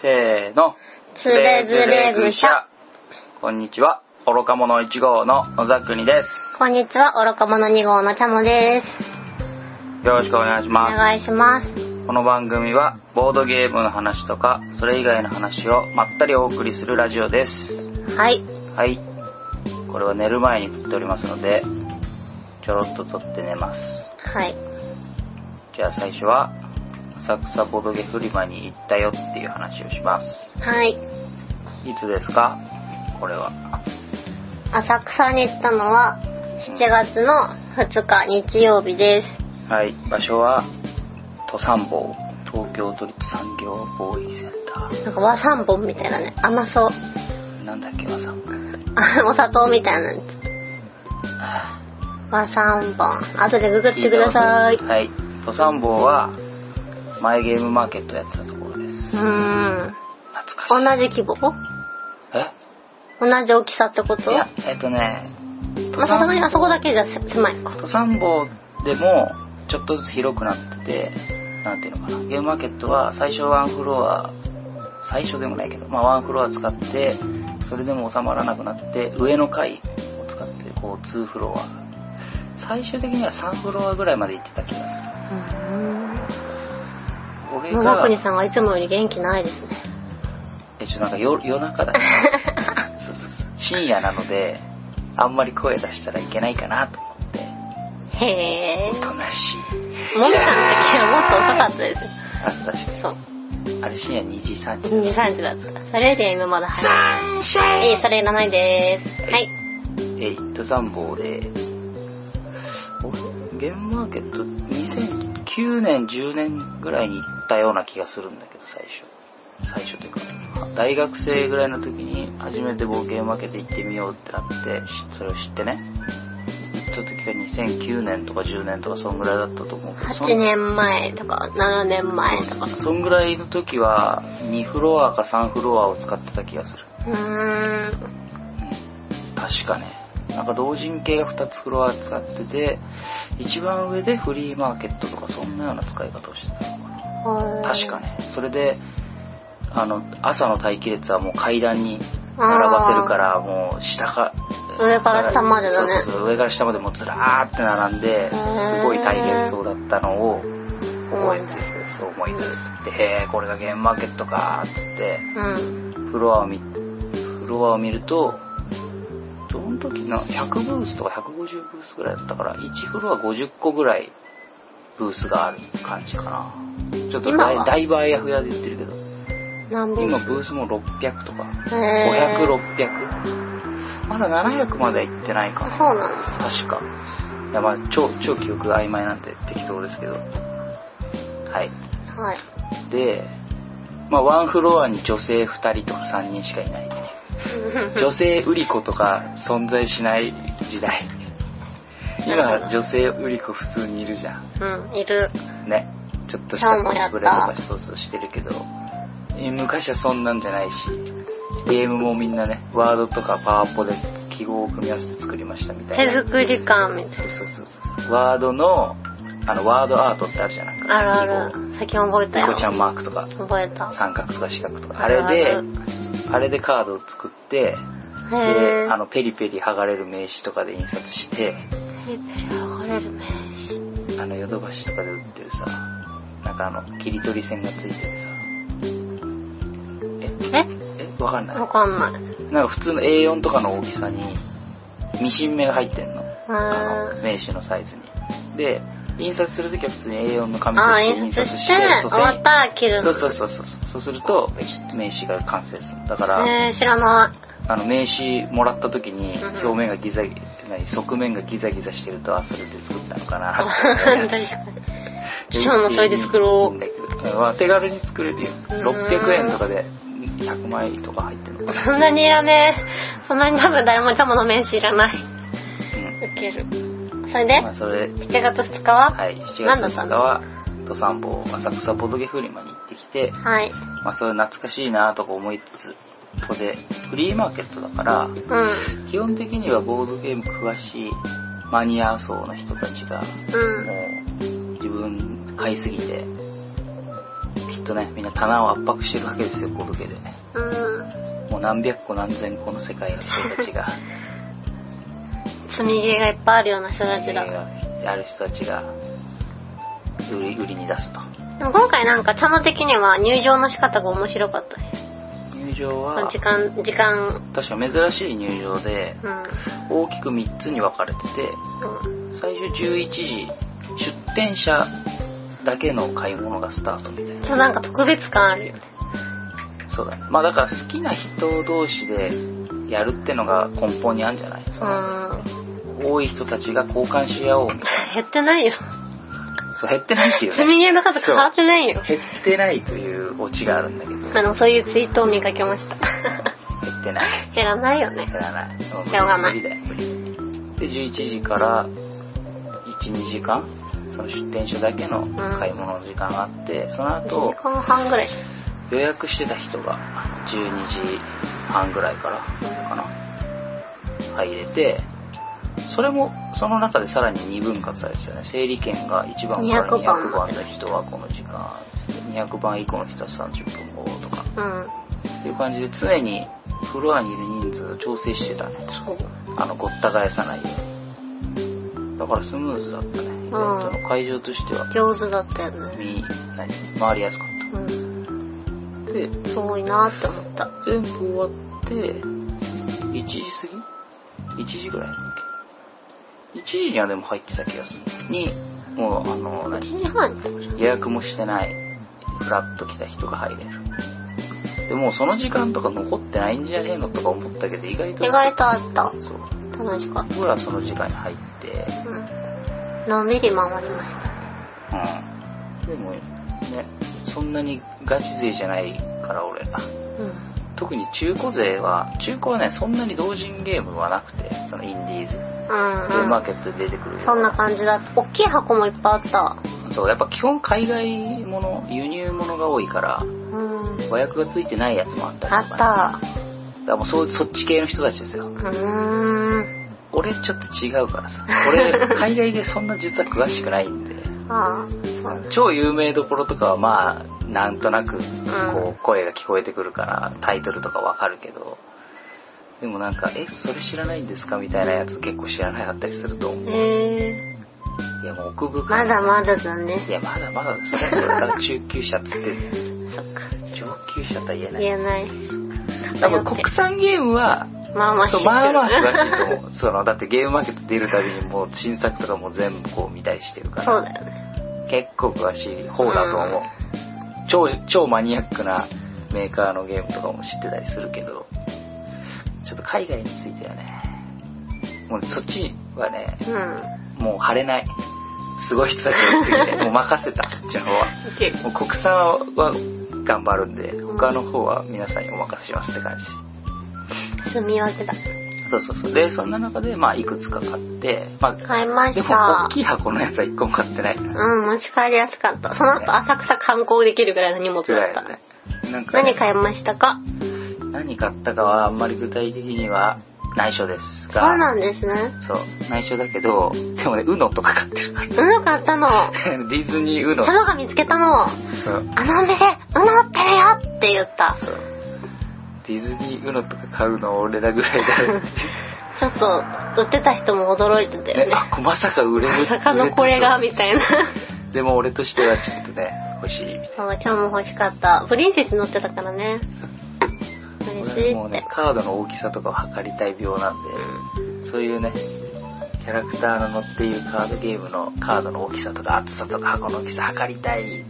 せーの。つれづれぐしゃ。こんにちは。愚か者1号の野沢国です。こんにちは、愚か者2号のチャモです。よろしくお願いしおま願いします。す。この番組は、ボードゲームの話とか、それ以外の話をまったりお送りするラジオです。はい。はい。これは寝る前に撮っておりますので、ちょろっと撮って寝ます。はい。じゃあ最初は、浅草ボードゲフリマに行ったよっていう話をします。はい。いつですかこれは。浅草に行ったのは、7月の2日日曜日です。はい、場所は登山坊東京都立産業貿易センタなんか和三本みたいなね、甘そう。 ーなんだっけ和さんあお砂糖みたいなやつ。和三本。後でググってください。うはい登山坊はマイゲームマーケットやってたところですーん。懐かしい同じ規模え同じ大きさってこといやえっとねま登あさすがに山あそこだけじゃせ狭いか。登山坊でもちょっとずつ広くなっててなんていうのかなゲームマーケットは最初ワンフロア最初でもないけど、まあ、ワンフロア使ってそれでも収まらなくなって上の階を使ってこう2フロア最終的には3フロアぐらいまで行ってた気がうーんする俺野沢が国さんはいつもより元気ないですね。えちょなんか夜夜中だね そうそうそう深夜なのであんまり声出したらいけないかなと思ってへえ。おとなしいもみさんの時はもっと遅かったですよ。あ確かにそう。あれ深夜2時3時2時3時だった。それよりは今まだ早い。いい、それいらないです。はい。えー、登山坊で、俺、ゲームマーケット2009年、10年ぐらいに行ったような気がするんだけど、最初。最初というか、大学生ぐらいの時に初めて冒険マーケット行ってみようってなって、しそれを知ってね。行った時が2009年とか10年とか、そんぐらいだったと思うけど、そ8ん年前とか7年前とか。そんぐらいの時は、2フロアか3フロアを使ってた気がする。うーん。確かねなんか同人系が2つフロア使ってて一番上でフリーマーケットとかそんなような使い方をしてたのかな確かに。ねそれであの朝の待機列はもう階段に並ばせるからもう下か上から下までだねそうそうそう上から下までもうずらーって並んですーごい大変そうだったのを覚えて思いそう思い出してへえこれがゲームマーケットかーっつってうん。フロアを見、フロアを見ると、どの時な、100ブースとか150ブースぐらいだったから、1フロア50個ぐらいブースがある感じかな。ちょっと今だいはだいぶあやふやで言ってるけど、何分今ブースも600とか、へ500、ー600。まだ700までは行ってないかそうな。なんだ。確か。いや、まあ、超、超記憶が曖昧なんで適当ですけど。はい。はい。で、まあ、ワンフロアに女性2人とか3人しかいないっていう。 女性売り子とか存在しない時代な今るほ女性売り子普通にいるじゃんうん、いる。ねちょっとしたコスプレとそうもやっか一たつしてるけどえ昔はそんなんじゃないしゲームもみんなねワードとかパワポで記号を組み合わせて作りましたみたい手な作り感みたいそうそうそうそうワードのあのワードアートってあるじゃんなんかな。あるある。先覚えたニよ。コちゃんマークとか覚えた。三角とか四角とかあれであるあれでカードを作ってへでえ。あのペリペリ剥がれる名刺とかで印刷してペリペリ剥がれる名刺あのヨドバシとかで売ってるさなんかあの切り取り線がついててさえええわかんないわかんないなんか普通の A4 とかの大きさにミシン目が入ってんのあの名刺のサイズにで印刷するときは普通に A4 の紙とああして印印刷刷ししててそう終わったら切るそのうそうそうそうそうすると名刺が完成するだから、えー、知らな あの名刺もらった時にうんうん表面がギザギ何側面がギザギザしてるとあそれで作ったのかいな 確かに今日もそれで作ろうまあ手軽に作れるようん600円とかで100枚とか入ってるのかなそんなにいらねえそんなに多分誰もチャモの名刺いらないうんウケるそれでまあそれ7月2日ははい7月何だっ2た日のは登山坊浅草ボドゲフリマに行ってきてはいまあそういう懐かしいなとか思いつつここでフリーマーケットだからうん基本的にはボードゲーム詳しいマニア層の人たちがうんもう自分買いすぎてきっととね、みんな棚を圧迫してるわけですよ、小時計で。うん。もう何百個何千個の世界の人たち が、積み毛がいっぱいあるような人たちだ。えーある人たちが売り売りに出すと。でも今回なんか、茶野的には入場の仕方が面白かったです。入場このは、時間、時間、確か珍しい入場で、うん。大きく3つに分かれてて、うん最初11時、出店者だけの買い物がスタートみたいな。そうなんか特別感あるよね。そうだね。まあだから好きな人同士でやるってのが根本にあるんじゃないその、う多い人たちが交換し合おうみたいん。 減ってないよ。な。そう、減ってないっていう積ね。み毛の数変わってないよ。減ってないというオチがあるんだけど、あの、そういうツイートを見かけま した。減ってない。減らないよ減ね。らない。しょしょうがな無い理だよ、無理。で、11時から1、2時間、その出店者だけの買い物の時間があって、その後1時、間半ぐらいじゃん。予約してた人が12時半ぐらいからかな入れてそれもその中でさらに2分割されてたよね整理券が1番から200 200番番の人はこの時間ですね200番以降の人は30分後とかうん。っていう感じで常にフロアにいる人数を調整してたねそう。あのごった返さないようにだからスムーズだったねイベントの会場としては上手だったよね。み何回りやすかっうん。たですごいなって思った。全部終わって、1時過ぎ ?1 時ぐらいだっけ ?1 時にはでも入ってた気がする。に、もう、あの、 1何時半ってことじゃん予約もしてない、ふらっと来た人が入れる。でもうその時間とか残ってないんじゃねえのとか思ったけど、意外と。意外とあった。そう。楽しかっ僕らはその時間に入って、た。うん。のんびり回りました。うん。でも、ね、そんなにガチ勢じゃないから、俺ら。うん。特に中古勢は、中古はね、そんなに同人ゲームはなくて、そのインディーズ、ゲームうん、マうーケットで出てくるよん。うそんな感じだった。大きい箱もいっぱいあった。そう、やっぱ基本海外もの、輸入ものが多いから、うん。和訳がついてないやつもあったりとか、あっ。た。だからもうそうそっち系の人たちですよう。ーん。俺ちょっと違うからさ。 俺、海外でそんな実は詳しくないんで、ああ、そう。超有名どころとかはまあ、なんとなく、こう、声が聞こえてくるから、タイトルとかわかるけど、でもなんか、え、それ知らないんですかみたいなやつ結構知らなかったりすると思う。えー。いやもう奥深い。まだまだだねい。や、まだまだですね。それから中級者っつって、そっか。上級者とは言えな言い。えない。多分国産ゲームは、まあまあ知そっうてる。まあまあ詳しいと思う。その、だってゲームマーケット出るたびにもう新作とかも全部こう見たりしてるか そうら、だよね。結構詳しい方だと思う。超、超マニアックなメーカーのゲームとかも知ってたりするけど、ちょっと海外についてはね、もうそっちはね、うん。もう貼れない。すごい人たちがいす ぎて、もう任せた、そっちの方は。いける。もう国産は頑張るんで、他の方は皆さんにお任せしますって感じ。住み分けだ。そうそうそう。で、そんな中で、まあ、いくつか買って、まあ、買いまでしも、大た。きい箱のやつは一個も買ってないな。うん、持ち帰りやすかった。その後浅草観光できるぐらいの荷物ぐだらっいただ。ね。なんか、何買いましたか何買ったかは、あんまり具体的には内緒ですそうが、なんですね。そう内緒だけど、でもね、UNO とか買ってるかうの買ったの。ら。 ディズニー UNO そ。のが見つけたの。あそうのお店、うの売ってるよって言った。そうディズニー UNO とか買うの俺らぐらいだよ。ちょっと、売ってた人も驚いてたよね、ね。 あ、まさか売れる。まさかのこれが、みたいな。でも俺としてはちょっとね、欲しいみたいな。そう、ちゃんも欲しかった。プリンセス乗ってたからね。嬉しいもうってね。、カードの大きさとかを測りたい病なんで、そういうね、キャラクターの乗っているカードゲームのカードの大きさとか厚さとか箱の大きさ測りたいって。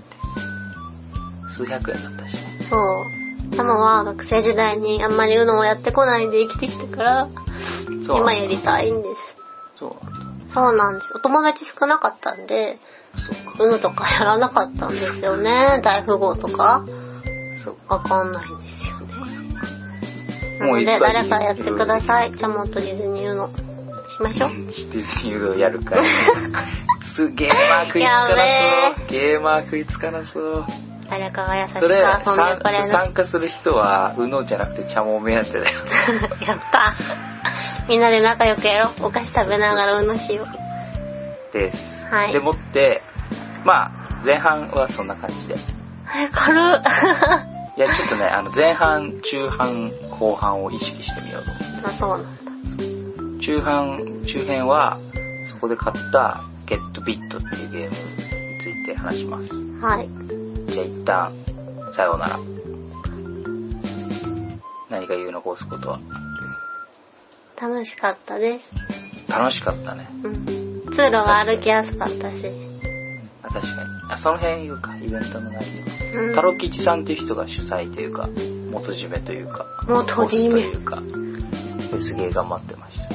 数百円だったしね。そう。タモは学生時代にあんまり UNO をやってこないで生きてきたから、そう今やりたいんでそうなんだ。す。そうなんです。お友達少なかったんで、そうか。 UNO とかやらなかったんですよ ね。大富豪とか。そうか。わかんないんですよね。なものういで、っぱい誰かやってください。チャモとディズニー UNO。しましょう。ディズニーをやるから。すゲーマー食いつかなそう。ゲーマー食いつかなそう。誰かが優しく遊そんでれ、くれる。参加する人は、うのじゃなくて茶も目当てだよ。 やった。みんなで仲良くやろう。お菓子食べながらうのしよう。です。はいでもって、まあ、前半はそんな感じで。え、軽っ。 あ、いや、ちょっ とね、あの、前半、中半、後半を意識してみようと思そうなんだ。う。中半、中編は、そこで買った、ゲットビットっていうゲームについて話します。はい。じゃあ一旦、さようなら。何か言う残すことは。楽しかったです。楽しかったね。うん。通路が歩きやすかったし。あ確かに。あ、その辺言うか、イベントの内う容。んタロキチさんっていう人が主催というか、元締めというか、元締ボスめというか、ですげえ頑張ってました。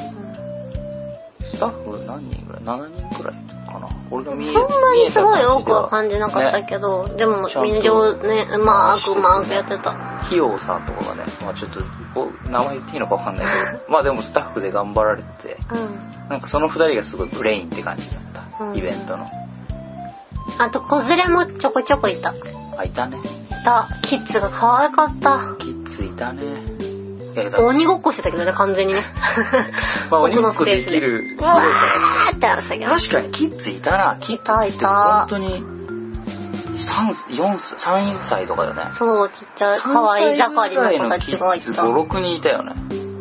スタッフ何人ぐらい ?7 人ぐらいかな俺がそん見えなにすごい多くは感じなかったど。ねけど、でもちゃんとみんな上ね、うまーくうまーくやってた。費用さんとかがね、まあちょっと、お名前言っていいのかわかんないけ ど、まあでもスタッフで頑張られてて、うん。なんかその二人がすごいブレインって感じだった。うんイベントの。あと、子連れもちょこちょこいた。いあ、いたね。た。キッズが可愛かった。キッズいたね。いや、だから鬼ごっこしてたけどね、完全にね。 まあ奥鬼ごのっスこペでースきる。うわーってやってたけど。確かにキッズいたな。キッズっいてた本当に、3、4歳、3歳とかだよね。そう、ちっちゃい、可愛い盛りの子たちがい3歳ぐたらい。のキッズ5、6人いたよね。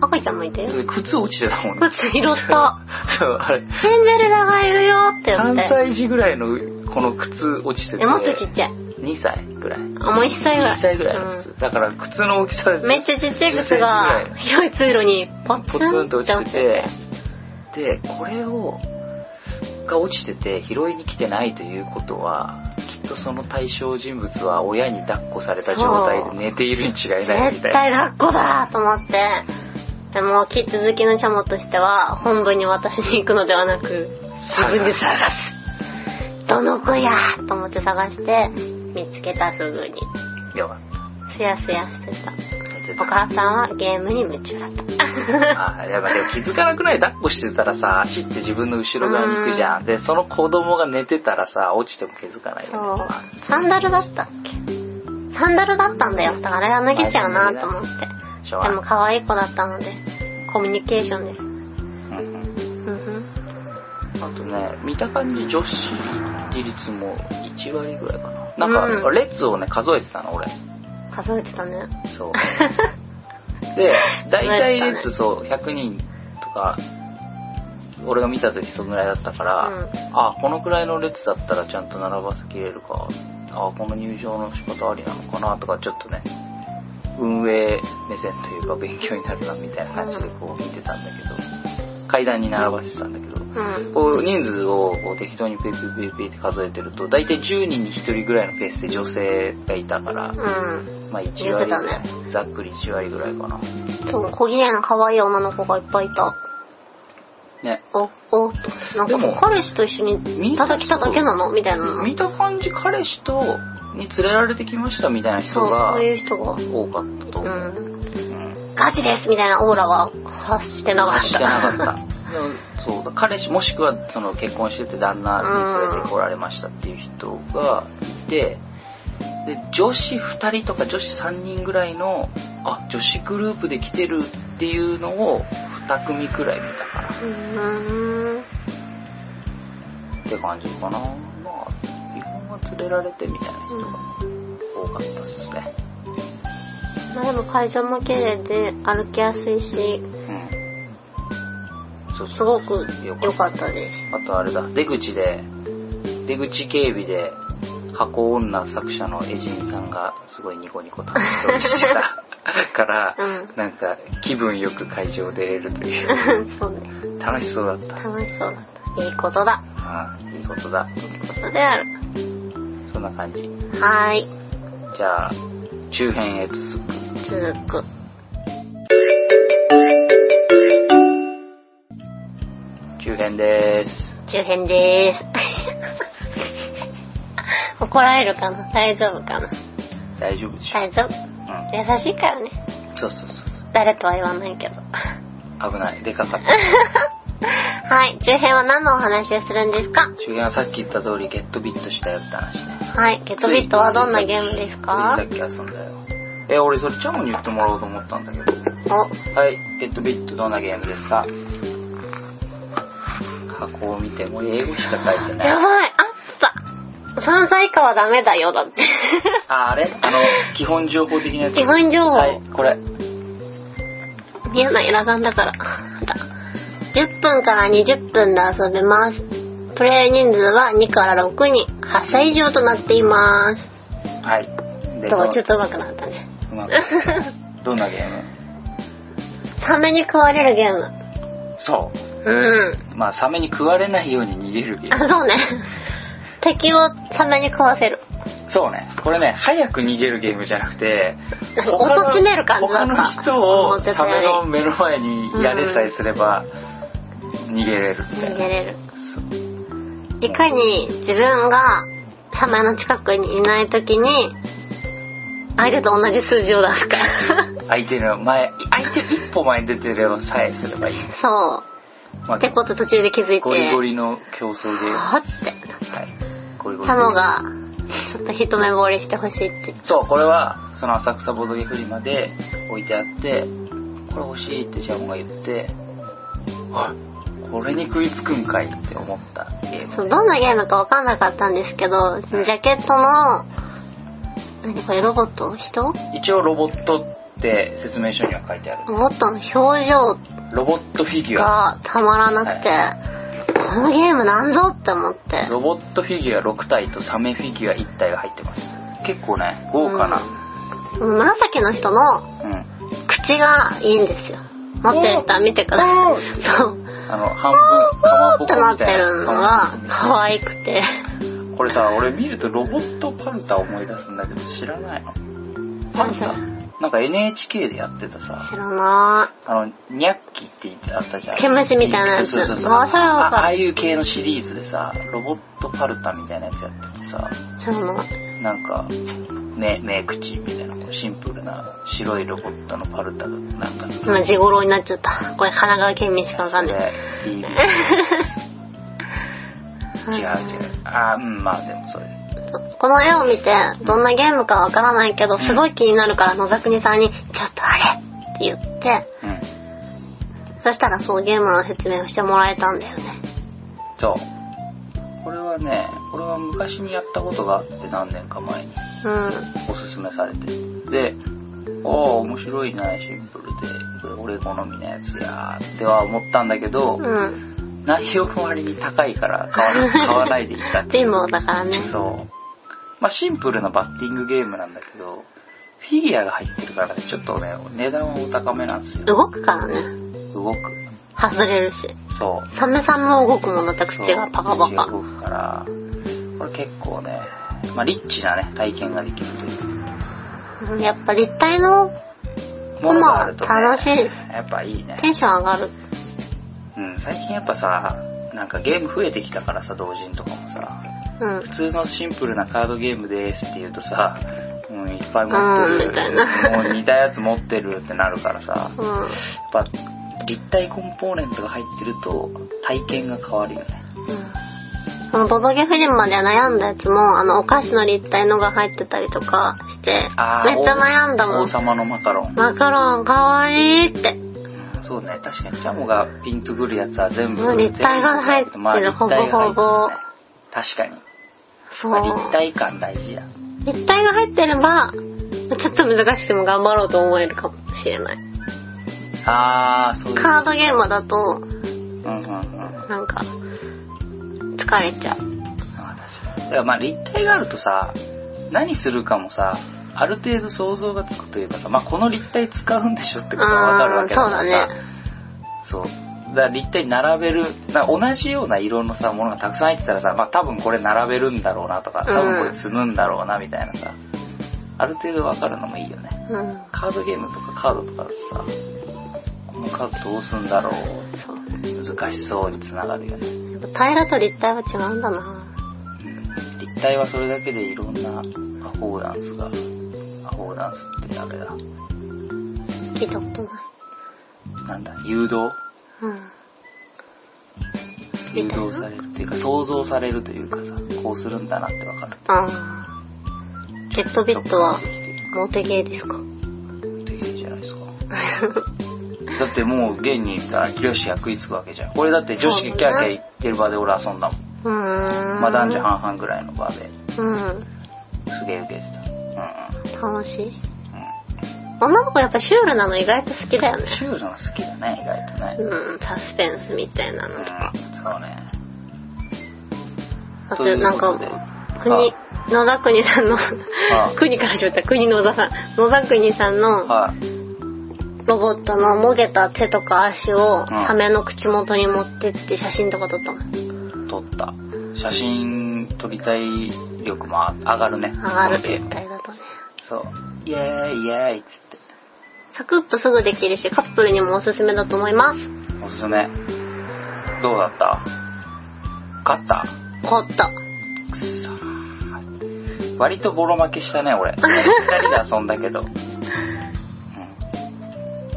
赤ちゃんもいたよ。で靴落ちてたもんね。靴拾った。そう、あれ。シンデレラがいるよって言っ3て。歳児ぐらいのこの靴落ちてて。え、もっとちっちゃい。 2歳ぐらい。あ、もう1歳ぐらい。 1歳ぐらいのうん靴。だから靴の大きさでめっちゃちっちゃい靴が広い通路にポツポツンンとと落ち落ちてててて。、で、これを、が落ちてて拾いに来てないということは、きっとその対象人物は親に抱っこされた状態で寝ているに違いないみ絶たいな。対ラッコだと思って。でも、キッズ好きのチャモとしては、本部に渡しに行くのではなく、自分で探す。どの子やと思って探して、見つけたすぐに。よかっすやすやしてた。た。寝ておた母さんはゲームに夢中だった。あーやっぱでも気づかなくない抱っこしてたらさ、足って自分の後ろ側に行くじゃん。で、その子供が寝てたらさ、落ちても気づかないよね。そう。サンダルだったっけサンダルだったんだよ。だからあれは脱げちゃうなと思って。しょうがでなもい。可愛い子だったので、コミュニケーションです。うんうんうんあとね、見た感じ女子比率も1割ぐらいかな。なんか、うん列をね、数えてたの、俺。うん。数えてたね。 そう。で、大体数えてた列、ねそう、100人とか、俺が見た時そのぐらいだったから、うんあ、このくらいの列だったらちゃんと並ばせきれるか、あ、この入場の仕方ありなのかなとか、ちょっとね、運営目線というか勉強になるなみたいな感じでこう見てたんだけど、階段に並ばせてたんだけど、うん。こう人数をこう適当にペイペイペイペイって数えてると大体10人に1人ぐらいのペースで女性がいたから、うん。まあ1割言ってぐたらねい、ざっくり1割ぐらいかなそう、小綺麗な可愛い女の子がいっぱいいた。ねお、お、なんでかも彼氏と一緒にただ来ただけなのみたいなの。見た感じ彼氏とに連れられてきましたみたいな人そう、がそういう人が。多かったと思うう、ん。うん、ガチですみたいなオーラは発してなかった。してなかったでもそう彼氏もしくはその結婚してて旦那に連れてこられましたっていう人がいてで女子2人とか女子3人ぐらいのあ女子グループで来てるっていうのを2組くらい見たかなうーん。って感じかなまあ基本は連れられてみたいな人が多かったっすねまあでも会場も綺麗で歩きやすいし、うんそうすそうごく良かったです。あとあれだ、出口で、出口警備で、箱女作者のエジンさんがすごいニコニコ楽しそうにして たから、うんなんか気分よく会場出れると いう、そうね。楽しそうだった。楽しそうだった。いいことだ。ああいいことだ。いいことである。そんな感じ。はーい。じゃあ、中編へ続く。続く。中編でーす。中編でーす。 怒られるかな大丈夫かな大丈夫でしょ、大丈夫う優しいからね。ん。そうそうそう。誰とは言わないけど。危ない。で かかった。はい。中編は何のお話をするんですか中編はさっき言った通り、ゲットビットしたよって話ね。はい。ゲットビットはどんなゲームですかついさっき遊んだよ。え、俺それチャモに言ってもらおうと思ったんだけど。お、はい、ゲットビットどんなゲームですか箱を見ても英語しか書いてやない。ばい。あった。 3歳以下はダメだよ、だって。あ、あれあの、基本情報的なやつ。基本情報。はい、これ。嫌なエラガンだから。10分から20分で遊べます。プレイ人数は2から6人、8歳以上となっています。はい。でとこかうちょっと上手くなったね。 うまく。どんなゲームサメに食われるゲーム。そうん。う。まあ、サメに食われないように逃げるゲーム。あ、そうね。敵をサメに食わせる。そうね。これね、早く逃げるゲームじゃなく て、なんか落としめる感じだ他ったの人を思ってサたよメりの目の前にやれさえすれば、逃げれるみたい逃なげ。れる。いかに自分がサメの近くにいないときに、相手と同じ数字を出 すか。相手の前、相手一歩前に出てればさえすればいい。そう。まあってこと途中で気づいて。ゴリゴリの競争で、ははって。い、ゴリゴリ。サモが、ちょっと一目惚れしてほしいって。そう、これは、その浅草ボードゲフリマで置いてあって、これ欲しいってジャムが言って、あこれに食いつくんかいって思ったゲーム。そう、どんなゲームかわかんなかったんですけど、ジャケットの、何これロボット人一応ロボットって説明書には書いてある。ロボットの表情ロボットフィギュア。がたまらなくて、このゲームなんぞって思って。ロボットフィギュア6体とサメフィギュア1体が入ってます。結構ね、豪華な。うん紫の人のうん。口がいいんですよ。持ってる人は見てください。そう。あの、半分、かまぼこってなっみてたいな。るのが可愛くて。これさ、俺見るとロボットパンタ思い出すんだけど知らないの。パンタなんか NHK でやってたさ、知らない。あの、ニャッキって言ってあったじゃん。毛虫みたいなやつそうそうそう。あそれはわかるあああいう系のシリーズでさ、ロボットパルタみたいなやつやっててさ、そのなんか、目、目口みたいな、こうシンプルな白いロボットのパルタがなんかする。今地頃になっちゃったこれ神奈川県民しかわかんないそれいいね違う違う。あーうん、まあでもそれ。この絵を見てどんなゲームかわからないけどすごい気になるから野沢国さんに「ちょっとあれ!」って言ってうん。そしたらそうゲームの説明をしてもらえたんだよねそう。これはね、これは昔にやったことがあって何年か前にうんおすすめされて。で、ああ、面白いね、シンプルで、これ俺好みのやつやーっては思ったんだけど、うん内容の割に高いから買わな買わないでいたってい貧う。乏だからねそう。まあシンプルなバッティングゲームなんだけど、フィギュアが入ってるからね、ちょっとね、値段はお高めなんですよ。動くからね動く。外れるしそう。サメさんも動くもんだって口がパカそパう口がカ動くから、これ結構ね、まあリッチなね、体験ができるといううんやっぱ立体のものがあると、ね、まあ楽しいやっぱいいね。テンション上がるうん、最近やっぱさ、なんかゲーム増えてきたからさ、同人とかもさ、うん普通のシンプルなカードゲームですって言うとさ、うん、いっぱい持ってる。うんみたいなもう似たやつ持ってるってなるからさ、やっうんぱ立体コンポーネントが入ってると体験が変わるよね。そのボドゲフリマで悩んだやつも、あの、お菓子の立体のが入ってたりとかして、あーめっちゃ悩んだも王ん。様のマカロン。マカロンかわいいって。そうね、確かにジャムがピンとくるやつは全部もう立体が入ってるまあ立体が入ってるねほぼほぼ確かに。そう。まあ立体感大事だ。立体が入ってれば、ちょっと難しくても頑張ろうと思えるかもしれない。あー、そういう。カードゲームだと、うんうんうん。まなんか、疲れちゃあ確う。かに。だからまあ立体があるとさ、何するかもさ、ある程度想像がつくというかさ、まあこの立体使うんでしょってことがわかるわけだからさ。うんそうだねそう。だから立体並べる、だから同じような色のさ、ものがたくさん入ってたらさ、まあ多分これ並べるんだろうなとか、多分これ積むんだろうなみたいなさ、ある程度わかるのもいいよね。うん。カードゲームとかカードとかさ、このカードどうすんだろう、そう。難しそうにつながるよね。やっぱ平らと立体は違うんだな。うん立体はそれだけでいろんなパフォーマンスが、パフォーマンスってあれだ。聞いたことない。なんだ、誘導うん。誘導されるっていうか、想像されるというかさ、こうするんだなってわかる。あー。ジェットビットは直感で、きてるモテゲーですかできるじゃないですか。だってもう現にさ女子が食いつくわけじゃんこれだって女子がキャーキャー言ってる場で俺遊んだもん、うーん。まあ男女半々ぐらいの場でうん。すげえ受けてた。うん楽しい。う女の子やっぱシュールなの意外と好きだよん。ね。シュールなの好きだね、意外とね。うん、サスペンスみたいなうのんとか。、そうね。とあというなんことかで、国、野田国さんのい、 国から始まった国野田さん。野田国さんのはい。ロボットのもげた手とか足うをんサメの口元に持ってって写真とか撮ったもん。撮った。写真撮りたい力も上がるね。上がるこれで絶対だとね。そう。イエーイイエーイっつって。サクッとすぐできるし、カップルにもおすすめだと思います。おすすめ。どうだった勝った凝った。くっそー割とボロ負けしたね、俺。二人で遊んだけ ど。うん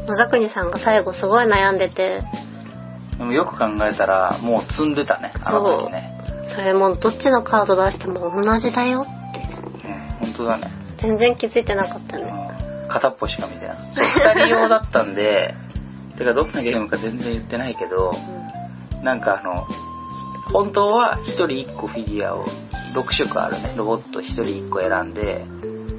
野田国さんが最後すごい悩んでて、でもよく考えたら、もう積んでたね、あの時ね。それもうどっちのカード出しても同じだよって。うん、本当だね。全然気づいてなかったうね。ん片っぽしか見てない。そう二人用だったんで、てかどんなゲームか全然言ってないけど、なんかあの、本当は一人一個フィギュアを、6色あるね、ロボット一人一個選んで、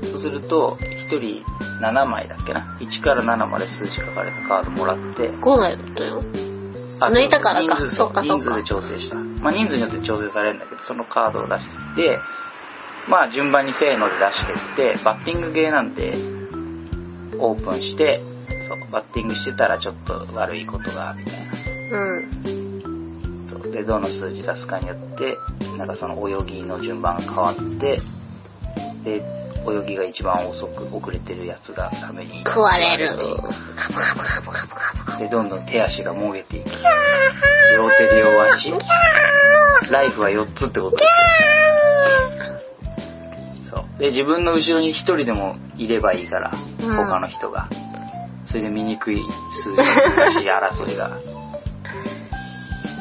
そうすると、一人7枚だっけな。1から7まで数字書かれたカードもらって、 5台だったよ。抜いたからか人数そっかそっか人数で調整した。まあ人数によって調整されるんだけど、そのカードを出して、まあ順番にせーので出してって、バッティングゲーなんで、オープンして、そう、バッティングしてたらちょっと悪いことが、みたいな。うん。そうでどの数字出すかによってなんかその泳ぎの順番が変わってで泳ぎが一番遅く遅れてるやつがサメに食われる。でどんどん手足がもげていく両手両足ライフは4つってことそうで自分の後ろに1人でもいればいいから、うん他の人がそれで醜い数字の出し争い が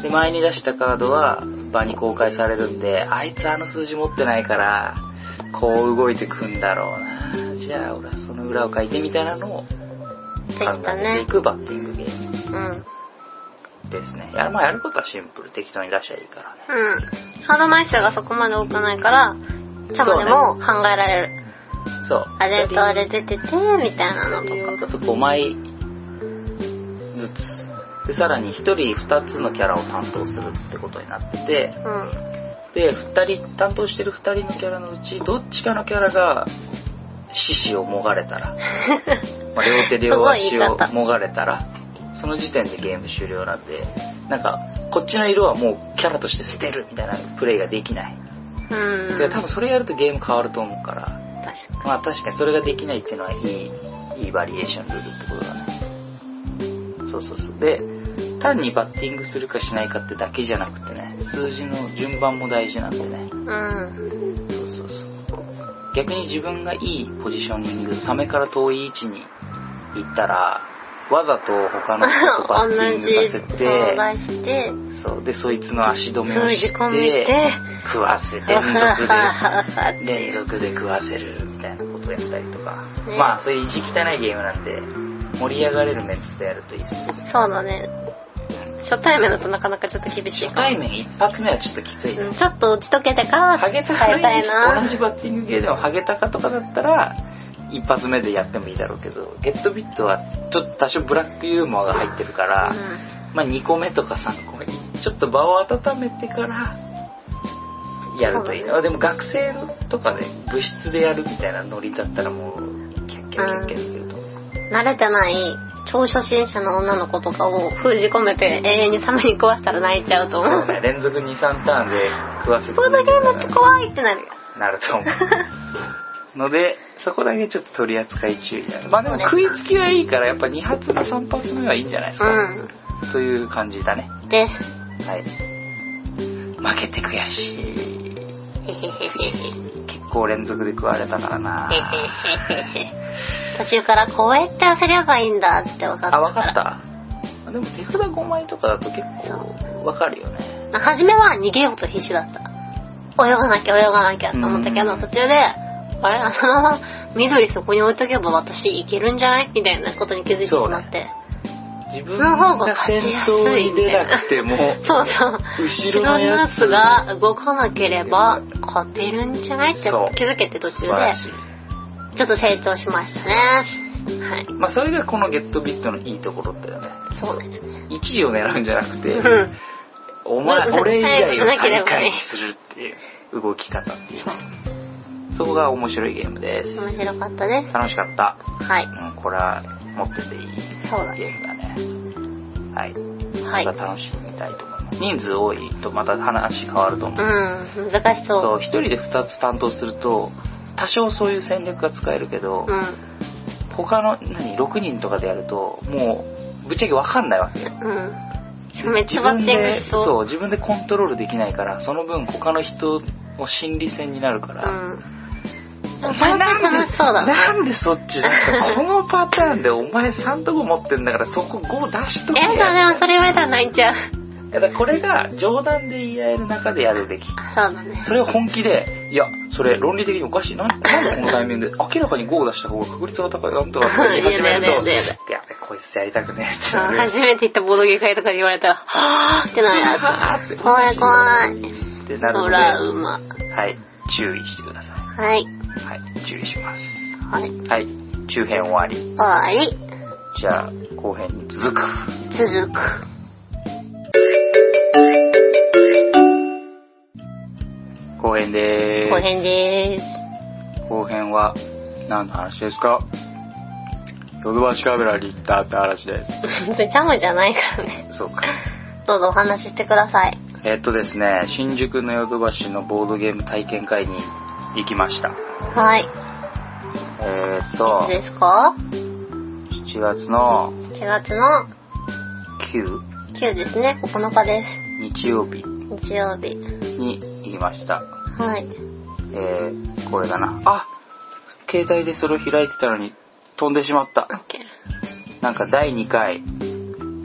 で前に出したカードは場に公開されるんであいつあの数字持ってないからこう動いてくんだろうなじゃあ俺はその裏を書いてみたいなのを考できたえていね。くバッティングゲームうん。ですねや,、まあ、やることはシンプル適当に出しゃいいからねうん。サード枚数がそこまで多くないから、チャムでも考えられる。そうあれとあれ出てて、みたいなのとだか。と5枚ずつでさらに1人2つのキャラを担当するってことになっててうん。で2人担当してる2人のキャラのうちどっちかのキャラが獅子をもがれ たら、まあ両手両すごい足言いを方もがれたらその時点でゲーム終了なんでなんかこっちの色はもうキャラとして捨てるみたいなプレイができないうん。で多分それやるとゲーム変わると思うから確かまあ確かにそれができないっていうのはいいいいバリエーションルールってことだねそうそうそうで単にバッティングするかしないかってだけじゃなくてね数字の順番も大事なんでねに。うん。そうそうそう。逆に自分がいいポジショニング、サメから遠い位置に行ったら、わざと他の人とバッティ 同ンじグさせ相て、談して、そう、で、そいつの足止めを封じし込めてて、、食わせ、ふわふわふ 連わふわって続で、連続で食わせるみたいなことをやったりとか。ねまあ、そういう意地汚いゲームなんで、盛り上がれるメンツでやるといいです。そうだね。初対面だとなかなかちょっと厳しい初かも対面一発目はちょっときついね。うんちょっと打ち解けてからハゲタ変えたいカ同な。じバッティングゲーでもハゲタカとかだったら一発目でやってもいいだろうけどゲットビットはちょっと多少ブラックユーモアが入ってるから、うんまあ、2個目とか3個目ちょっと場を温めてからやるといいなでも学生とかで部室でやるみたいなノリだったらもうキャッキャッキャッキャッできると思う、慣れてない超初心者の女の子とかを封じ込めて永遠にサメに壊したら泣いちゃうと思そうう。ね連続23ターンで食わせてボードゲームって怖いってなるよ。なると思う。ので、そこだけちょっと取り扱い注意だね。まあでもそうね食いつきはいいから、やっぱ2発目、3発目はいいんじゃないですか。うという感じだね。ん。です。はい。負けて悔しい。へへへへへ結構連続で食われたからな。へへへ途中からこうやって焦ればいいんだって分かったあ、わかっかた。でも手札5枚とかだと結構わかるよね。ら。初めは逃げようと必死だった。泳がなきゃ泳がなきゃと思ったけど、うん途中で、あれ あのまま緑そこに置いとけば私いけるんじゃないみたいなことに気づいてしまって。自分の方がが勝先ちやす頭いにみた出いななくても、そうそう。後ろのやつ後ろのやつが動かなければ、勝てるんじゃないってそう気づけて途中素晴でらしい。ちょっと成長しましたねはいまあ、それがこのゲットビットのいいところだよね。そうですね1位を狙うんじゃなくて、うんお前、うん俺以外を早くしなけ最れば下ね位にするっていう動き方っていう。そこが面白いゲームです。面白かったです楽しかった。はいううん、これは持ってていいそうだねゲームだね。はい。はいまた楽しみたいと思います。人数多いとまた話変わると思う。うん難しそうそう、一人で2つ担当すると、多少そういう戦略が使えるけど、うん他の、何、6人とかでやると、もう、ぶっちゃけわかんないわけよ。うんめっちゃバッティングし自分でそそうう、自分でコントロールできないから、その分他の人を心理戦になるかうら、んおそ前れはなんで楽しそうだねなんでそっちなんかこのパターンでお前3とこ持ってんだからそこ5出しとけえよでもそれ言われたら泣いちゃうだからこれが冗談で言い合える中でやるべきそうだねそれを本気でいやそれ論理的におかしいなんなんでこのタイミングで明らかに5を出した方が確率が高いなんとかって言い始めるといやいやいやいやいややべこいつやりたくねえってなる初めて行ったボードゲー会とかで言われたらはぁーってなるやあーって怖い怖いってつなるのほでらうまはい注意してくださいはいはい注意しますはいはい中編終わり終わりじゃあ後編に続く続く後編でーすこの辺でーす後編は何の話ですかヨドバシカメラに行ったって話で それジャムじゃないからね。す。そうか。どうぞお話ししてください。えっとですね、新宿のヨドバシのボードゲーム体験会に行きました。はい。えーっいとつ、ですか7月の ?7 月の9 9ですね。9日です。日曜日日曜日。に行きました。はい。えー、これだな。あ携帯でそれを開いてたのに飛んでしまった。オッケー。なんか第2回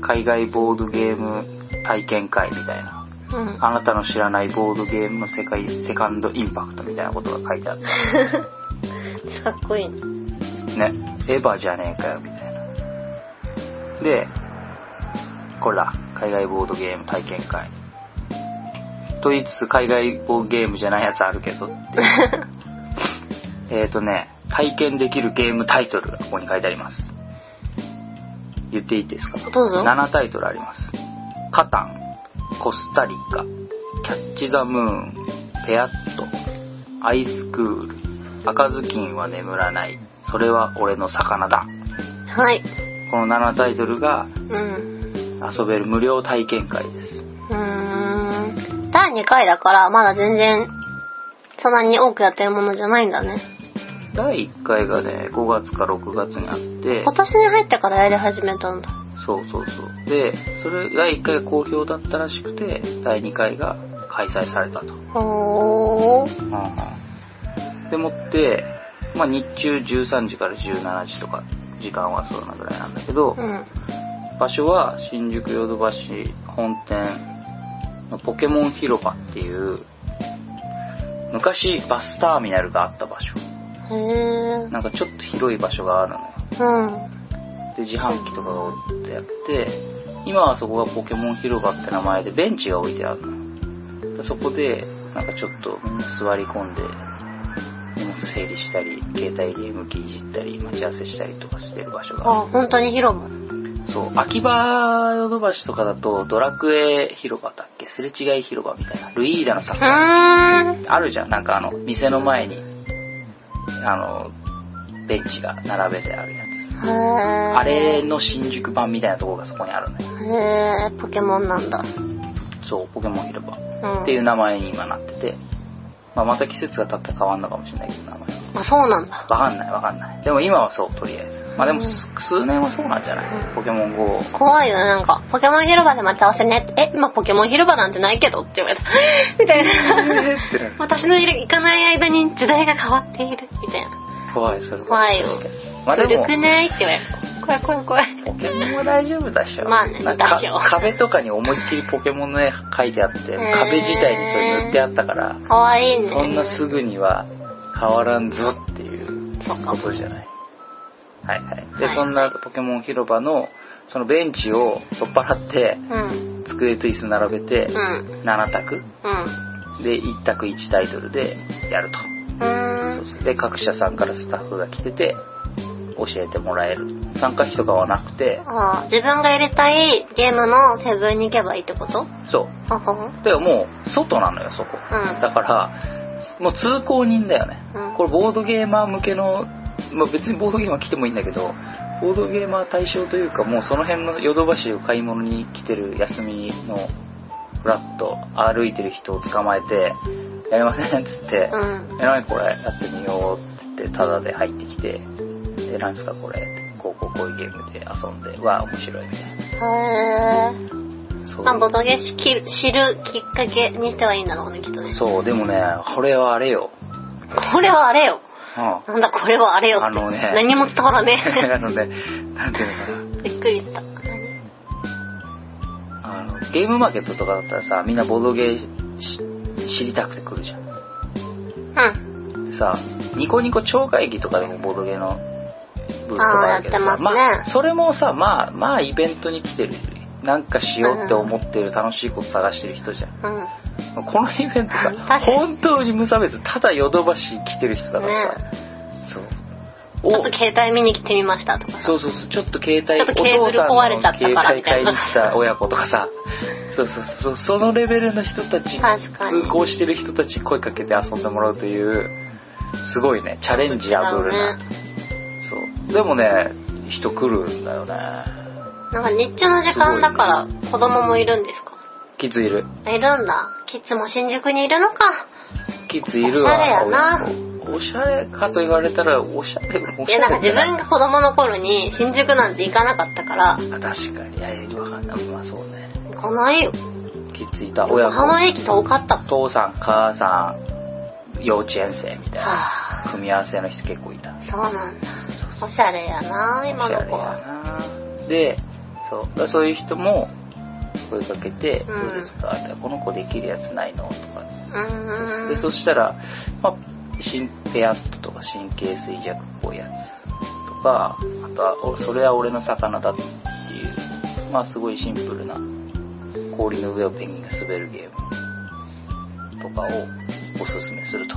海外ボードゲーム体験会みたいな。うん。あなたの知らないボードゲームの世界、セカンドインパクトみたいなことが書いてあって。かっこいいね。ね。エヴァじゃねえかよ、みたいな。で、これだ。海外ボードゲーム体験会。と言いつつ、海外ボードゲームじゃないやつあるけどって いう。えーとね、体験できるゲームタイトルがここに書いてあります。言っていいですかどうぞ7タイトルあります。カタン、コスタリカ、キャッチザムーン、ペアット、アイスクール、赤ずきんは眠らない、それは俺の魚だ。はい。この7タイトルがうん。遊べる無料体験会です。うーん。第2回だから、まだ全然、そんなに多くやってるものじゃないんだね。第1回がね、5月か6月にあって今、年に入ってからやり始めたんだ。そうそうそう。で、それ、第1回が好評だったらしくて、第2回が開催されたと。ほー。でもって、まあ日中13時から17時とか、時間はそんなぐらいなんだけどう、ん。場所は新宿ヨドバシ本店のポケモン広場っていう、昔バスターミナルがあった場所。へー。なんかちょっと広い場所があるのよ。うん。で、自販機とかが置いてあって、今はそこがポケモン広場って名前でベンチが置いてあるの。でそこで、なんかちょっとみんな座り込んで、荷物整理したり、携帯ゲーム機いじったり、待ち合わせしたりとかしてる場所がある。あ、本当に広場。そう、秋葉ヨドバシとかだと、ドラクエ広場だっけすれ違い広場みたいな。ルイーダのう作ーん。あるじゃん。なんかあの、店の前に、あの、ベンチが並べてあるやつ。へーあれの新宿版みたいなところがそこにあるんだよ。へーポケモンなんだ、そう、ポケモン広場っうん、ていう名前に今なってて、まあ、また季節が経ったら変わんのかもしれないけど、名前は。あそうなんだわかんないわかんない。でも今はそう、とりあえず。まあでもす数年はそうなんじゃないポケモン GO。 怖いよねなんか「ポケモン広場で待ち合わせね」って「え今ポケモン広場なんてないけど」って言われた みたいな 私のいる行かない間に時代が変わっているみたいな怖い、それ怖いよまあで古も、くないって言われた怖い怖い怖ポいケモンは大丈夫だしょ。まあねなんかだしょ壁とかに思いっきりポケモンの絵描いてあって、へー壁自体にそれ塗ってあったから、可愛いねそんなすぐには変わらんぞっていう。そっかことじゃない。はいはい。で、はいそんなポケモン広場の、そのベンチを取っ払って、うん机と椅子並べてう、ん7択うんで、1択1タイトルでやると。うんそうそうで、各社さんからスタッフが来てて、教えてもらえる。参加費とかはなくて、ああ自分がやりたいゲームのセブンに行けばいいってことそう。あほほだからもう、外なのよ、そこ。うんだから、もう通行人だよね。うんこれ、ボードゲーマー向けの、まあ、別にボードゲーマー来てもいいんだけど、ボードゲーマー対象というか、もうその辺のヨドバシを買い物に来てる休みの、フラッと歩いてる人を捕まえて、やりませんっつって、うんえ、なにこれ、やってみようって言って、タダで入ってきて、え、なんすかこれって、こうこうこういうゲームで遊んで、わあ、面白いみたいな。へえそうまあボドゲしき知るきっかけにしてはいいんだろうねきっとねそう、でもね、これはあれよ。これはあれよ うん。なんだこれはあれよってあのね何も伝わらねあのね、なんていうのかえ びっくりしたな。あの、ゲームマーケットとかだったらさ、みんなボードゲーし知りたくて来るじゃん。うんでさ、ニコニコ超会議とかでもボードゲーのブースとかやるけどさあーやってますねあ、それもさ、まあ、まあイベントに来てる。なんかしようって思ってる楽しいこと探してる人じゃん。うんこのイベントさ 確か、に本当に無差別、ただヨドバシ来てる人だからさ、そう。おちょっと携帯見に来てみましたとかさそうそうそう、ちょっと携帯、ちょっとケーおブル父さんの壊れちゃったからみた携帯買いないに来た親子とかさ、そうそうそう、そのレベルの人たち、確かに通行してる人たちに声かけて遊んでもらうという、すごいね、チャレンジアブルな。ねそう。でもね、人来るんだよね。なんか日中の時間だから子供もいるんですかキッズいる。あいるんだキッズも新宿にいるのかキッズいるおしゃれやわな。おしゃれかと言われたら、おしゃれ、おいしゃれやなんか自分が。が子供の頃に新宿なんて行かなかったからあ確かに。いや、いやわかんない。まあそうね。この絵キッズいた。親横子。浜駅遠かったもん父さん母さん幼稚園生みたいなはあ組み合わせの人結構いたそうなんだおしゃれやな今のおし子ゃれはやなでそうだからそういう人も声かけて「うんどうですか?」って「この子できるやつないの?」とかうんでそしたら、まあ、神ペアットとか神経衰弱っぽいやつとかあとはお「それは俺の魚だ」っていうまあすごいシンプルな氷の上をペンギンが滑るゲームとかをおすすめすると。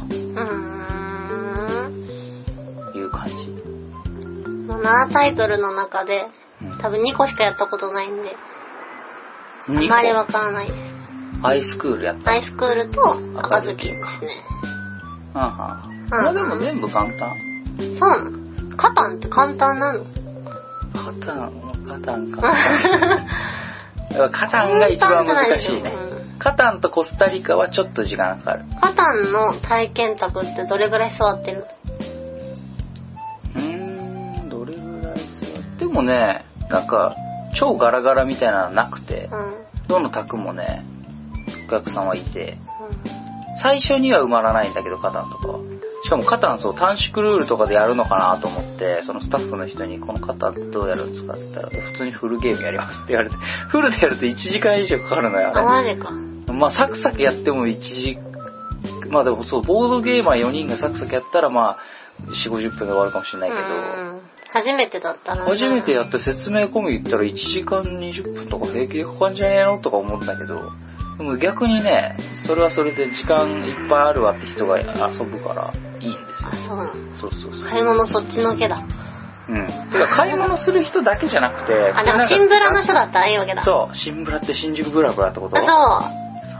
うんいう感じ。もう7タイトルの中で多分2個しかやったことないんであ二個まりわからないですアイスクールやった。アイスクールと赤ずきんですねあんはんんまあでも全部簡単。そうなのカタンって簡単なのカタン、カタンか。カタンが一番難しいね簡単じゃないでしょ。カタンとコスタリカはちょっと時間かかる。カタンの体験卓ってどれぐらい座ってるうーん、どれぐらい座ってもね、なんか、超ガラガラみたいなのなくてう、ん、うんどの卓もね、お客さんはいて、最初には埋まらないんだけど、カタンとかは。しかもカタンそう短縮ルールとかでやるのかなと思って、そのスタッフの人にこのカタンってどうやるんですかって言ったら、普通にフルゲームやりますって言われて、フルでやると1時間以上かかるのよ、ああマジかれ。まあサクサクやっても1時、まあでもそう、ボードゲーマー4人がサクサクやったらまあ、4、50分で終わるかもしれないけうど、ん初めてだったらね初めてやって説明込み言ったら1時間20分とか平気でかかんじゃねえのとか思ったけど、でも逆にね、それはそれで時間いっぱいあるわって人が遊ぶからいいんですよあ。そうなのそうそうそう。買い物そっちのけだうん。てか買い物する人だけじゃなくて、あだから新ブラの人だったらいいわけだうそう、新ブラって新宿ブラブラってことあ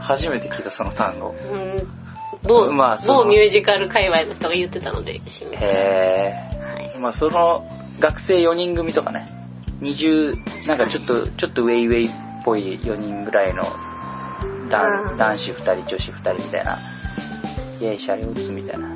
初めて聞いたその単語。そう、うん、某,、まあその某ミュージカル界隈の人が言ってたので新ブラへはいー。まあその学生4人組とかね、20、なんかちょっと、ちょっとウェイウェイっぽい4人ぐらいの男,、うん男子2人、女子2人みたいな、イェイ、車両打つみたいな、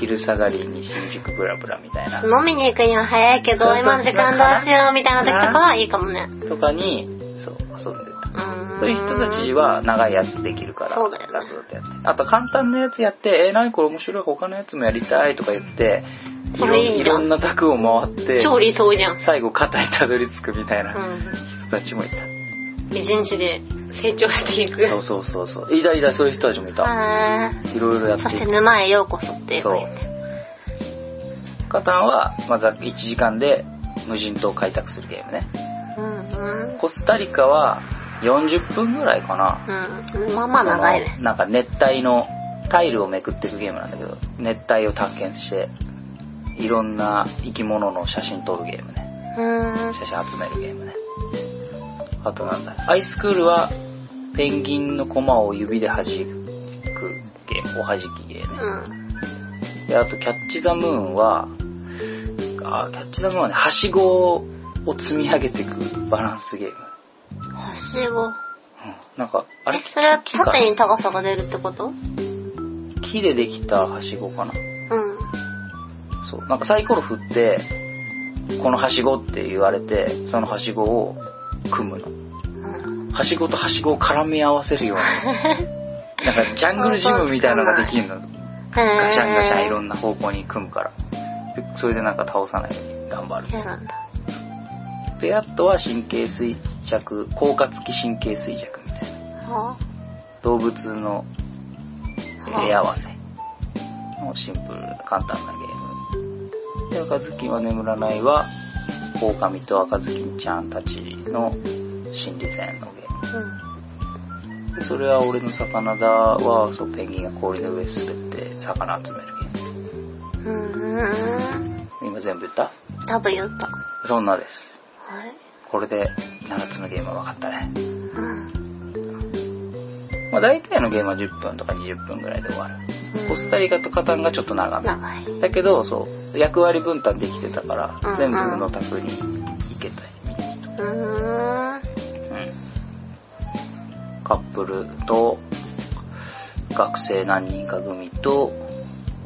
昼下がりに新宿ブラブラみたいな、飲みに行くには早いけどそうそう今の時間どうしようみたいな時とかはいいかもねとかに、そう、遊んでた。うんそういう人たちは長いやつできるから、そうだよねガツガツやって。あと簡単なやつやって、えー、何これ面白い他のやつもやりたいとか言って、それいいじゃいんろんな卓を回って、超理想じゃん、、最後肩にたどり着くみたいうなん人たちもいた。美人誌で成長していくそうそうそうそう。いたいた、そういう人たちもいた。へーいろいろやってそいしてて沼へようこそっていうそう声ね。カタンは、まず1時間で無人島を開拓するゲームね。うんうん。コスタリカは、 40分ぐらいかな。うん。まあまあ長いね。なんか熱帯のタイルをめくっていくゲームなんだけど、熱帯を探検して、いろんな生き物の写真撮るゲームね。うん。写真集めるゲームね。あとなんだ、アイスクールはペンギンのコマを指で弾くゲーム、おはじきゲームね。うん。で、あとキャッチザムーンは、あキャッチザムーンはね、はしごを積み上げていくバランスゲーム。はしご。うん、なんか、あれえ、それは木か縦に高さが出るってこと木でできたはしごかな。うん。そう。なんかサイコロ振って、このはしごって言われて、そのはしごを組むの。うん。はしごとはしごを絡み合わせるよう な。なんかジャングルジムみたいなのができるの。ガシャンガシャンいろな。んな方向に組むから。でそれでなんか倒さないように頑張る。やるんだ。ペアットは神経衰弱、効果付き神経衰弱みたいな。は動物のは絵合わせのシンプルな簡単なゲーム。で、赤ずきんは眠らないは、狼と赤ずきんちゃんたちの心理戦のゲーうん。ム。で、それは俺の魚だは、そう、ペンギンが氷の上滑って魚集めるゲーうん。ム。今全部言った多分言った。そんなです。はい。これで7つのゲームは分かったね。うん。まあ大体のゲームは10分とか20分ぐらいで終わる。コスタリカとカタンがちょっと長め。長い。だけど、そう、役割分担できてたからうんう、ん全部の卓に行けたり。うん。うんカップルと、学生何人か組と、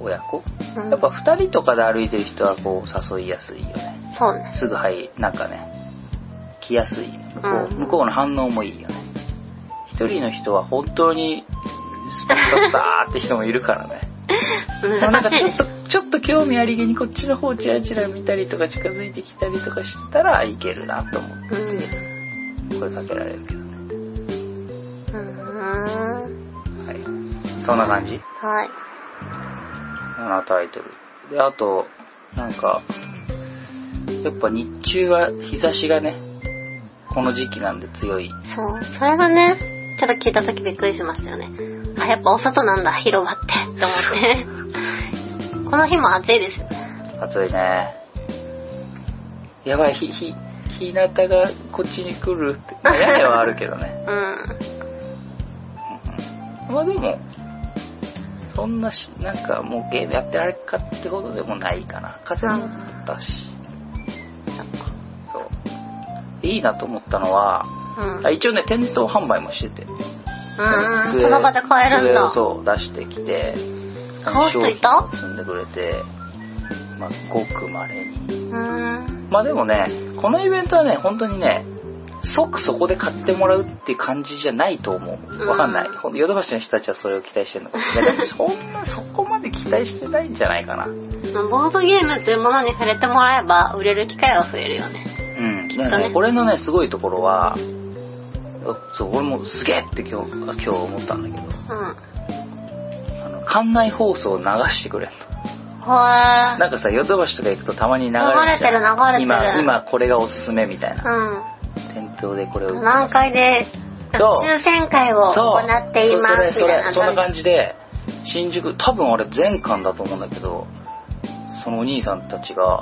親子。うんやっぱ2人とかで歩いてる人はこう誘いやすいよね。そうね。すぐ入り、なんかね、来やすい。向こう,、うん向こうの反応もいいよね。1人の人は本当に、スタスターって人もいるからね。まあなんか難しちいょっでしょ。と、ちょっと興味ありげにこっちの方チラチラ見たりとか近づいてきたりとかしてたらいけるなと思っ うん。て声かけられるけどね。うん。はい。そんな感じはい。 ?7 タイトル。で、あと、なんか、やっぱ日中は日差しがね、この時期なんで強い。そう。それがね、ちょっと聞いた時びっくりしましたよね。あ、やっぱお外なんだ、広場って。って思って。 この日も暑いですよね。暑いね。やばい、ひ、ひ、日向がこっちに来るって。まあ屋根はあるけどね。うん。まあでも、そんなし、なんかもうゲームやってられっかってことでもないかな。風邪もあったし、そっか。そう。いいなと思ったのは、うん。あ一応ね、店頭販売もしてて。うんうん。机その場で買えるん机だ。をそう、出してきて、買う人いた商品を積んでくれて、まあ、ごくまれに。うん。まあでもね、このイベントはね、本当にね、即そこで買ってもらうっていう感じじゃないと思う。わかんない。うんほんとヨドバシの人たちはそれを期待してるの かもしれない。でもそんな、そこまで期待してないんじゃないかな。うん。ボードゲームというものに触れてもらえば、売れる機会は増えるよね。きっとねなんかこれのね、すごいところは、そう、俺もすげえって今日、今日思ったんだけど、うん。あの、館内放送を流してくれんの。はなんかさ、ヨドバシとか行くとたまに流れるじゃん流れてる流れてる今、今これがおすすめみたいな。ー店頭でこれをうん。何回で、そう抽選会を行っています。そみれたそいなれそんな感じで新宿多分あれ全館だと思うんだけどそのお兄さんたちが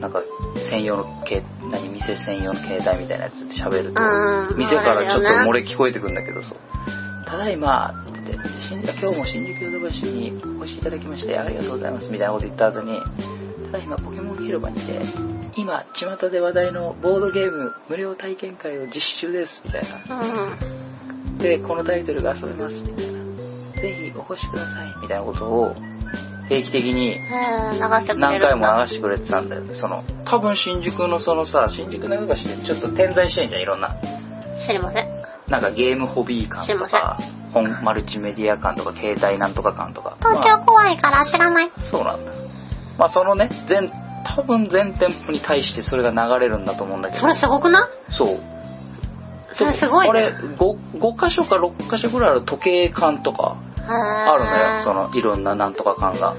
なんか専用のけ何店専用の携帯みたいなやつで喋ると、うんうん店からちょっとあるよね漏れ聞こえてくるんだけどそう「ただいま」って新今日も新宿ヨドバシにお越しいただきましてありがとうございます」みたいなこと言った後に「ただいまポケモン広場にて今巷で話題のボードゲーム無料体験会を実施中です」みたいなうん。で、このタイトルが遊べますみたいな。ぜひお越しくださいみたいなことを定期的にへー流してくれる何んだ回も流してくれてたんだよね。その、多分新宿のそのさ、新宿長橋ってちょっと点在してんじゃん、いろんな。知りませんなんかゲームホビー感とか、本マルチメディア感とか、携帯なんとか感とか。東ま京怖いから知らないあそうなんだ。まあそのね、全、多分全店舗に対してそれが流れるんだと思うんだけどそ。れすごくなそう。いそれすごいあねれ、5、5箇所か6箇所ぐらいある時計感とか。ああるのよ、そのいろんななんとか感が。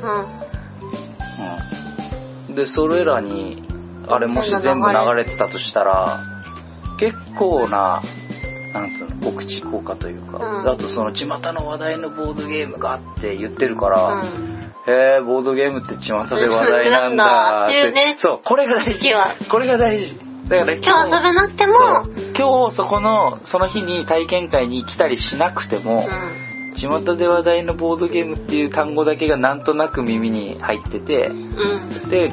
うん。で、それらに、あれもし全部流れてたとしたら、結構ななんつうの告知効果というか、うんであとその巷の話題のボードゲームがあって言ってるかうら、ん。へえボードゲームって巷で話題なんだーってなんだっていうねそうこれが大事次はこれが大事だから今日遊べなくても、そう今日そこのその日に体験会に来たりしなくても、巷で話題のボードゲームっていう単語だけがなんとなく耳に入っててうん。うん。で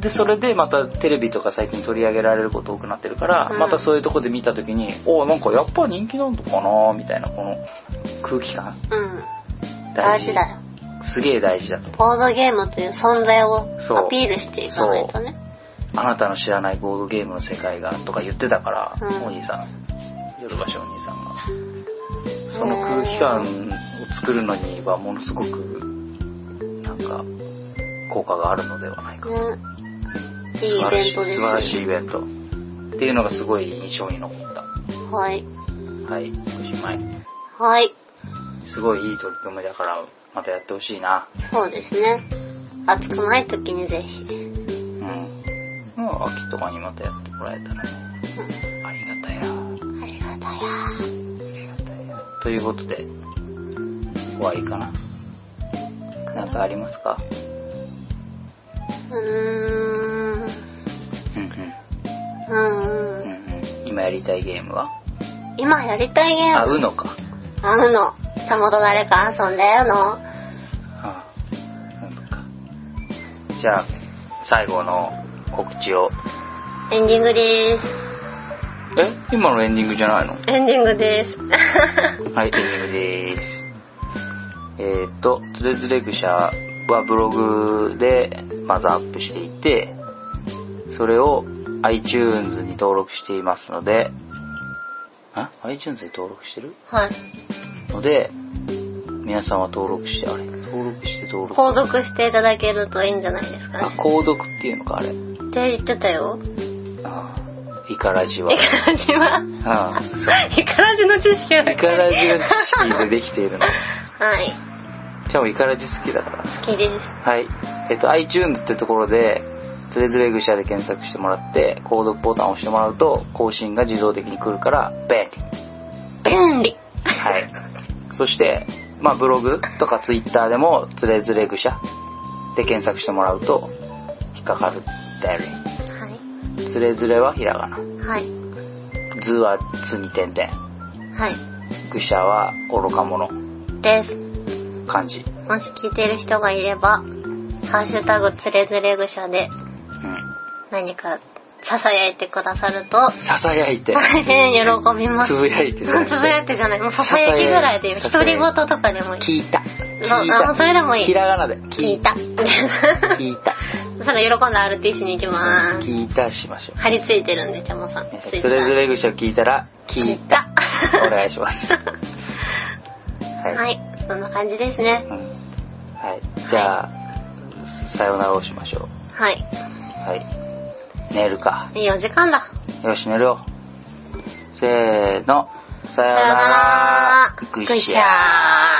でそれでまたテレビとか最近取り上げられること多くなってるから、うんまたそういうとこで見た時におなんかやっぱ人気なんのかなみたいなこの空気感うん。大事だよ。すげえ大事だとボードゲームという存在をそうアピールしていかないとね。あなたの知らないボードゲームの世界がとか言ってたから、うんお兄さんヨルバシお兄さんがその空気感を作るのにはものすごくなんか効果があるのではないかね。いい素イ晴らしベいント素晴らしいイベントですねっていうのがすごい印象に残ったはい。はいおしまいはい。すごいいい取り組みだからまたやってほしいなそうですね。暑くない時にぜひ。うんもう秋とかにまたやってもらえたらねうありがたいなんありがたや。ということで終わりかななんかありますかうんうーん。うんうんううん。んうん今やりたいゲームは今やりたいゲあーム。うのかあうの。ちゃんと誰か遊んだよの。ああうのかじゃあ最後の告知をエンディングでーす。え今のエンディングじゃないのエンディングです。はい、エンディングでーす。えーっと、つれづれ愚者はブログでまずアップしていて、それを iTunes に登録していますので、あ ?iTunes に登録してる はい。ので、皆さんは登録して、あれ登録して登録。購読していただけるといいんじゃないですかあ、ね。購読っていうのか、あれ。って言ってたよ。ああ、イカラジはイ。カラジは、ああ、イカラジの知識を。そう。イカラジの知識でできているの。 はい。しゃもイカラジ好きだから。好きです。はい。えっ、と、iTunes ってところで、つれづれシャで検索してもらって、購読ボタンを押してもらうと、更新が自動的に来るから、便利。便利。 はい。そして、まあ、ブログとか Twitter でも、つれづれシャで検索してもらうと、引っかかる。便は利。つれづれはひらがな。い。はい。図は図に点々。はい。愚者は愚か者。です。漢字。もし聞いてる人がいれば、ハッシュタグつれづれぐしゃでうん。何か囁いてくださると、ささやい て、大変喜びますつ。ぶやいてつぶ やいてじゃない、もう囁きぐらいでいいよ。囁い独り言とかでもいい。聞いた。あ聞いもたう。それでもいいひ。らがなで。聞いた。聞いた。それ喜んだ RT しに行きます。聞いたしましょう。貼り付いてるんで、ちゃんまさん。それぞれ口を聞いたら、聞聞いいた。た。お願いします。はい。ははい。い、そんな感じですねう。んはい、じゃあ、さようならをしましょう。はい。はい。寝るか。いいお時間だ。よし、寝るよ。せーの。さようなら。ぐしゃー。